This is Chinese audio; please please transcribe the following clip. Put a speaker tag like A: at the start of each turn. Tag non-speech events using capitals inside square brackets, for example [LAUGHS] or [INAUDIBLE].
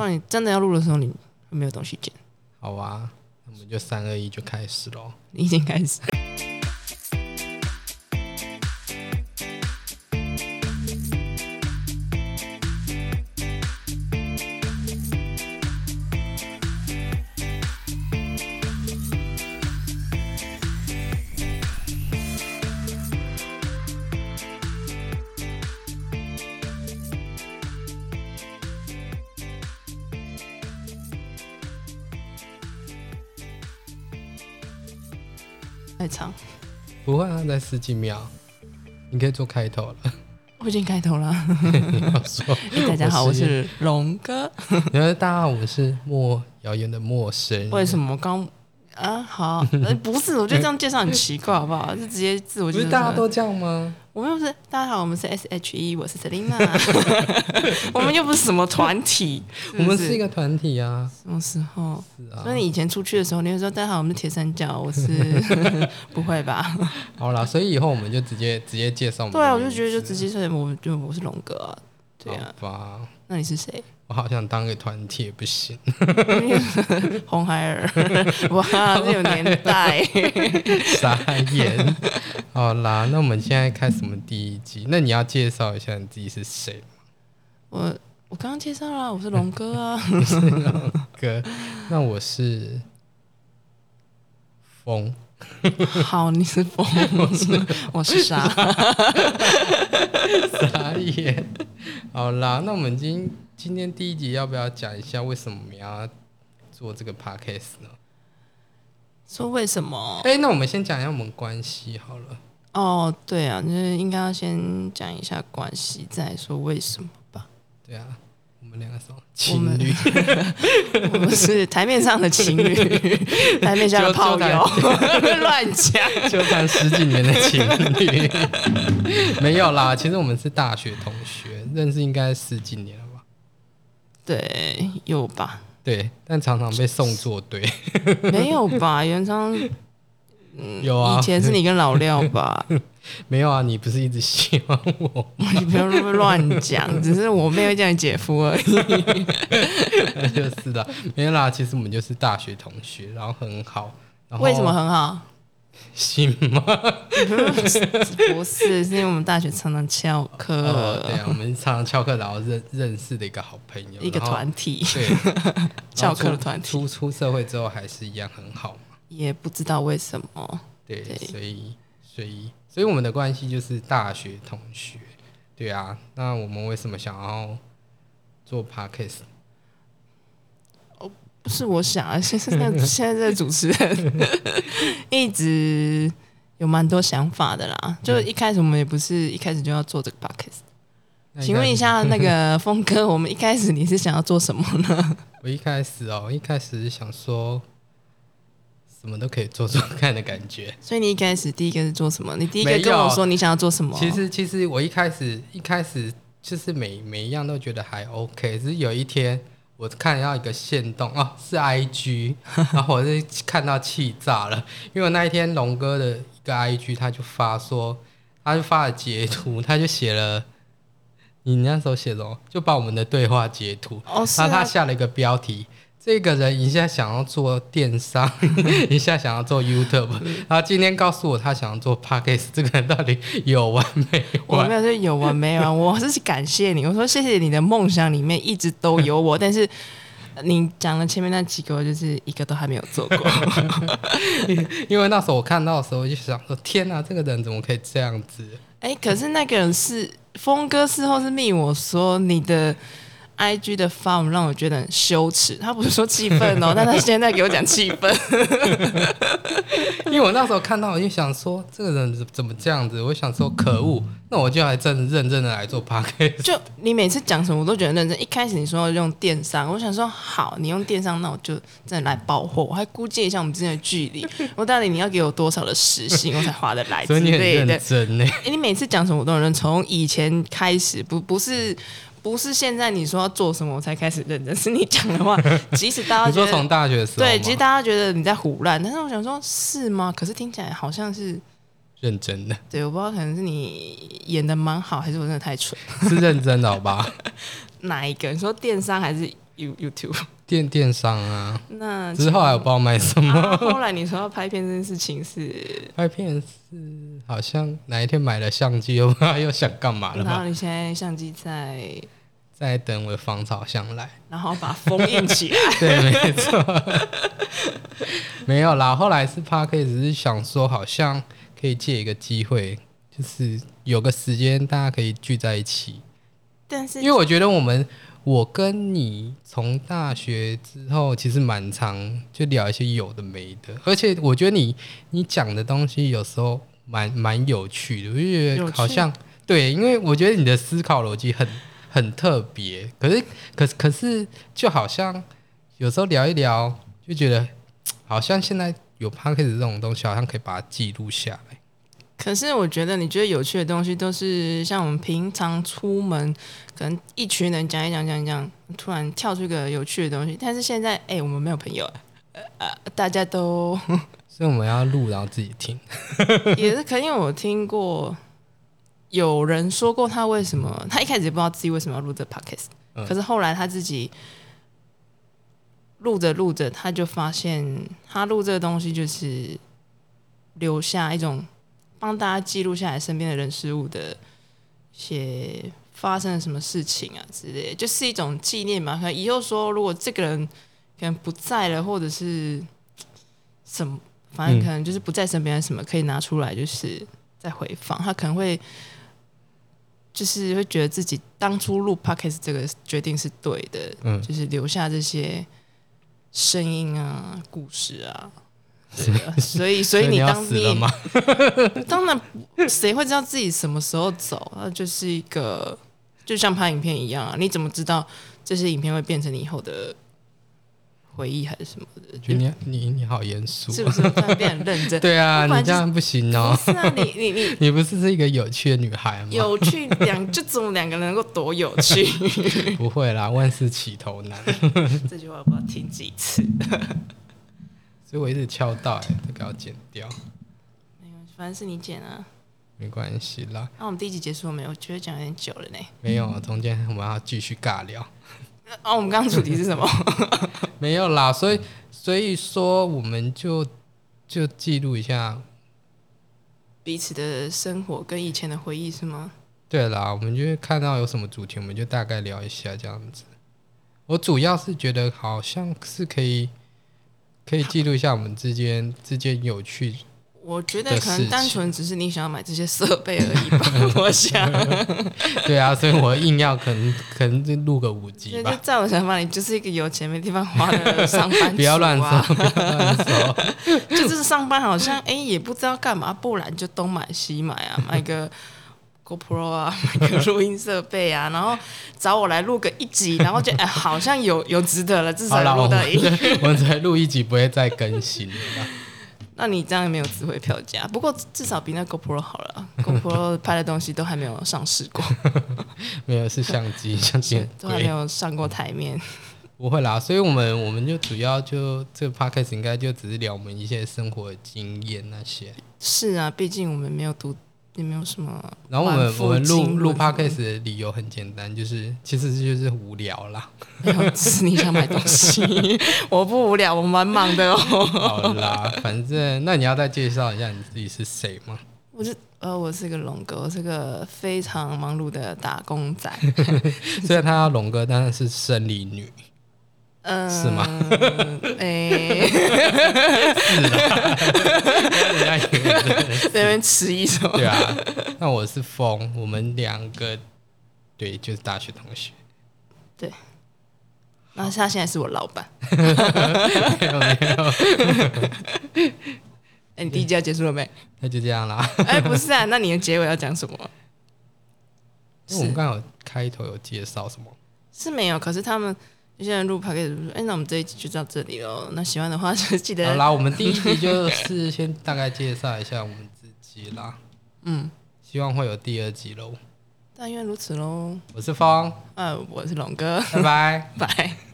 A: 当你真的要录的时候，你会没有东西剪。
B: 好啊，那我们就三二一就开始喽。
A: 你已经开始。太长，
B: 不会啊，才十几秒，你可以做开头了。 [LAUGHS]
A: 我已经开头了。
B: 你要说，
A: 哎，大家好，我
B: [LAUGHS] 我是
A: 是龙哥。
B: 然后大家好，我是陌遥远的陌生人。
A: 为什么刚啊？好，呃，不
B: [LAUGHS]
A: 是，我觉得这样介绍很奇怪，好不好？就直接自我
B: 不
A: 介
B: 是
A: 绍。
B: 大家都这样吗？
A: 我们又不是大家好，我们是 S H E，我是 Selina，我们又不是什么团体，
B: [LAUGHS] 我们是
A: 是
B: 一
A: 个
B: 个团体啊。
A: 什么时候？
B: 是啊
A: 所以你以前出去的时候，你会说大家好，我们是铁三角，我
B: [LAUGHS]
A: 是不会吧？
B: 好啦，所以以后我们就直接直接介绍我们的
A: 对啊，我
B: 名
A: 就
B: 字
A: 觉得就直接说，我就我是龙哥啊，对啊，
B: 好吧，
A: 那你是谁？
B: 我好想当个团体也不行。 [LAUGHS]
A: 红孩儿， [LAUGHS] 哇，这有年代，
B: 傻
A: [LAUGHS]
B: 眼。好啦，那我们现在开始我们第一集。那你要介绍一下你自己是谁吗？
A: 我我刚刚介绍了，我是龙哥啊， [LAUGHS]
B: 哥，那我是风，
A: 好，你是风，我是啥？
B: 傻眼。 [LAUGHS] 好啦，那我们今今天第一集要不要讲一下为什么我们要做这个 podcast 呢？
A: 说为什么？
B: 哎、那我们先讲一下我们关系好了。
A: 哦，对啊，就是应该要先讲一下关系，再说为什么 [LAUGHS] 吧。
B: 对啊，我们两个是
A: 我
B: 情
A: 们 [LAUGHS]
B: 侣，
A: 我们是台面上的情侣， [LAUGHS] 台面下的炮友， [LAUGHS] 乱讲。
B: 纠缠十几年的情侣， [LAUGHS] 没有啦。其实我们是大学同学，认识应该十几年了吧？
A: 对，有吧？
B: 对，但常常被送作对。
A: 没有吧？原昌
B: 有啊，
A: 嗯以前是你跟老廖吧？ [LAUGHS]
B: 没有啊？你不是一直喜欢我？
A: 你不要乱讲，只是我妹会叫你姐夫而已。
B: 就是的，没有啦。其实我们就是大学同学，然后很好。然后
A: 为什么很好？
B: 行吗？
A: [LAUGHS] 不是，是因为我们大学常常翘
B: 呃，对
A: 课，
B: 啊，我们常常翘课，然后认认识的一个好朋友，
A: 一个
B: 然后
A: 团体 [LAUGHS]
B: 对
A: 翘课
B: 然
A: 的
B: 后出
A: 团体，
B: 出出社会之后还是一样很好嘛。
A: 也不知道为什么。
B: 对，
A: 对
B: 所以所以所以我们的关系就是大学同学，对啊。那我们为什么想要做 podcast？
A: 不是我想啊， [LAUGHS] 现在那现在这个主持人
B: [LAUGHS]
A: 一直有蛮多想法的啦。就
B: 嗯
A: 一开始我们也不是一开始就要做这个 podcast。
B: 那应该
A: 请问一下，那个峰哥，我们一开始你是想要做什么呢？
B: 我一开始哦，一开始想说什么都可以做做看的感觉。
A: 所以你一开始第一个是做什么？你第一个
B: 没有
A: 跟我说你想要做什么？
B: 其实其实我一开始一开始就是每每一样都觉得还 OK，只是有一天我看到一个线动哦，
A: [LAUGHS]
B: 是 IG，然后我就看到气炸了，因为我那一天龙哥的一个 IG 他就发说，他就发了截图，他就写了。你那时候写什么？就把我们的对话截图，
A: 哦，是
B: 然后他
A: 啊，
B: 下了一个标题：这个人一下想要做电商， [LAUGHS] 一下想要做 YouTube，然
A: 嗯
B: 后今天告诉我他想要做 Podcast，这个人到底有完没
A: 我
B: 完
A: 没？有说有完没完，我是感谢你，我说谢谢你的梦想里面一直都有我，但是。你讲了前面那几个，我就是一个都还没有做过。 [LAUGHS]
B: 因为那时候我看到的时候，我就想说：天哪、这个人怎么可以这样子？
A: 哎、可是那个人是峰哥，事后是密我说你的 I G 的发文让我觉得很羞耻。他不是说气愤哦，但他现在给我讲气愤。
B: 因为我那时候看到，我就想说：这个人怎么这样子？我想说：可恶！那我就来真认真的来做
A: [LAUGHS]
B: Podcast。
A: 就你每次讲什么我都觉得认真。一开始你说要用电商，我想说好，你用电商，那我就真的来爆货。我还估计一下我们之间的距
B: [LAUGHS]
A: 离，我到底你要给我多少的时薪，我才划得哎来之
B: 所以你很
A: 类的
B: 认。真呢、
A: 欸、你每次讲什么我都很认真，从以前开始不不是不是现在你说要做什么我才开始认真，是你讲
B: [LAUGHS]
A: 的话，即使大家
B: 你
A: 觉
B: 说
A: 得
B: 从大学的时候吗，
A: 哦对，其实大家觉得你在胡乱，但是我想说，是吗？可是听起来好像是，
B: 认真的，
A: 对，我不知道，可能是你演的蛮好，还是我真的太蠢？
B: 是认真的，好吧？ [LAUGHS]
A: 哪一个？你说电商还是 You YouTube。
B: 电电商啊，
A: [LAUGHS] 那
B: 之后还有不知道卖什么。
A: 啊后来你说要拍片这件事情是，
B: 拍片是好像哪一天买了相机，又不知道又想干嘛
A: 然
B: 了吧？
A: 后你现在相机在，
B: 在等我的防潮箱来。 [LAUGHS]
A: 然后把封印起来。
B: 对，没错，没有啦。后来是 p a r k 只是想说，好像可以借一个机会，就是有个时间大家可以聚在一起。
A: 但是
B: 因为我觉得我们，我跟你从大学之后，其实蛮常就聊一些有的没的，而且我觉得你你讲的东西有时候蛮蛮有趣的，我就觉
A: 有
B: 得
A: 趣
B: 好像对，因为我觉得你的思考逻辑很很特别，可是可是可是就好像有时候聊一聊，就觉得好像现在有 p a c k a g e 这种东西，好像可以把它记录下来。
A: 可是我觉得你觉得有趣的东西，都是像我们平常出门，可能一群人讲一讲讲一讲，突然跳出一个有趣的东西。但是现在，哎、我们没有朋友，呃，呃大家都
B: 所以我们要录，然后自己听。
A: [LAUGHS] 也是可能因为我听过有人说过他为什么，他一开始也不知道自己为什么要录这 podcast，、
B: 嗯
A: 可是后来他自己录着录着，他就发现他录这个东西就是留下一种帮大家记录下来身边的人事物的一些发生了什么事情啊之类的，就是一种纪念嘛。可能以后说如果这个人可能不在了，或者是什么，反正可能就是不在身边还是什么，可以拿出来就是再回放。他可能会就是会觉得自己当初录 podcast 这个决定是对的，
B: 嗯
A: 就是留下这些声音啊、故事
B: [LAUGHS]
A: 啊。对啊所以，所以你
B: 要
A: 当
B: 死了吗？
A: [LAUGHS] 当然不，谁会知道自己什么时候走？那就是一个，就像拍影片一样啊，你怎么知道这些影片会变成你以后的回忆还是什么的？
B: 觉得你你你好严肃哦，
A: 是不是突然变得很认 [LAUGHS] 真？
B: [LAUGHS] 对啊，
A: 不然
B: 你
A: 就
B: 这
A: 是
B: 样不
A: [LAUGHS]
B: 行哦、
A: 不是啊，你你你
B: 你不是是一个有趣的女孩 [LAUGHS] 吗？
A: 有趣两，就这么两个人能够多有
B: [LAUGHS]
A: 趣？
B: 不会啦，万事起头难， [LAUGHS]
A: 这句话我不知道听几次。
B: 所以我一直敲到、欸，这个要剪掉，
A: 反正是你剪啊。
B: 没关系啦。
A: 那、我们第一集结束了没？我觉得讲有点久了呢。
B: 没有，中间我们要继续尬聊。 [LAUGHS]
A: 哦，我们刚刚主题是什 [LAUGHS] 么？
B: 没有啦，所以所以说我们就就记录一下。
A: 彼此的生活跟以前的回忆是吗？
B: 对啦，我们就会看到有什么主题，我们就大概聊一下这样子。我主要是觉得好像是可以可以记录一下我们之间之间有趣
A: 我觉得
B: 的
A: 可
B: 事
A: 能
B: 情
A: 单纯只是你想要买这些设备而已
B: [LAUGHS]
A: 吧，我想。
B: 对啊，所以我硬要可能可能就录个五集
A: 对，
B: 吧
A: 就，在我想法里，就是一个有钱没地方花的上班、族
B: 不要乱
A: 啊！
B: 说，不要乱说。
A: [LAUGHS] 就是上班好
B: [LAUGHS]
A: 像哎、也不知道干嘛，不然就东买西买啊，买个 GoPro 啊，买个录音设备啊，然后找我来录个一集，然后就哎、好像有有值得了，至少
B: 好了，
A: 有
B: 我
A: 录到一。
B: 们 [LAUGHS] 我们才录一集，不会再更新了啦。
A: 那你这样也没有值回票价，不过至少比那 GoPro 好了啊 [LAUGHS] ，GoPro 拍的东西都还没有上市
B: [LAUGHS]
A: 过，
B: [LAUGHS] 没有，是相机，相机很
A: 都还没
B: 贵。
A: 有上过台面。
B: 不会啦，所以我们我们就主要就这个 podcast 应该就只是聊我们一些生活经验那些。
A: 是啊，毕竟我们没有读，也没有什么
B: 然后我们
A: 晚
B: 我
A: 复
B: 们录
A: 经
B: 录
A: 论什么
B: podcast 的理由很简单，就是其实就是无聊啦。
A: [LAUGHS]
B: [LAUGHS]
A: 没有，只是你想买东西。我不无聊，我蛮忙的
B: [LAUGHS]
A: 哦。
B: 好啦，反正那你要再介绍一下你自己是谁吗？
A: [LAUGHS] 我就呃，我是个龙哥，我是个非常忙碌的打工
B: [LAUGHS]
A: 仔。
B: 虽然他叫龙哥，但是是生理女。
A: 嗯、
B: 是吗？ [LAUGHS]
A: 哎、
B: 人家以为你真的
A: 在那边迟疑什么？
B: 对啊，那我是风，我们两个对，就是大学同学，
A: 对。然后他现在是我老板。
B: 没有没有，
A: 哎、你第一季要结束了没？
B: 那就这样啦。 [LAUGHS]
A: 哎、不是啊，那你的结尾要讲什么？
B: 因为我们刚好开头有介绍什么，
A: 是没有，可是他们有些人录 p o d 说，哎、那我们这一集就到这里喽。那喜欢的话就记
B: 好
A: 得，
B: 啦，我们第一集就是先大概介绍一下我们自己啦，
A: 嗯，
B: 希望会有第二集喽。
A: 但愿如此喽。啊
B: 我是风，
A: [LAUGHS] 呃，我是龙哥，
B: 拜拜。
A: 拜。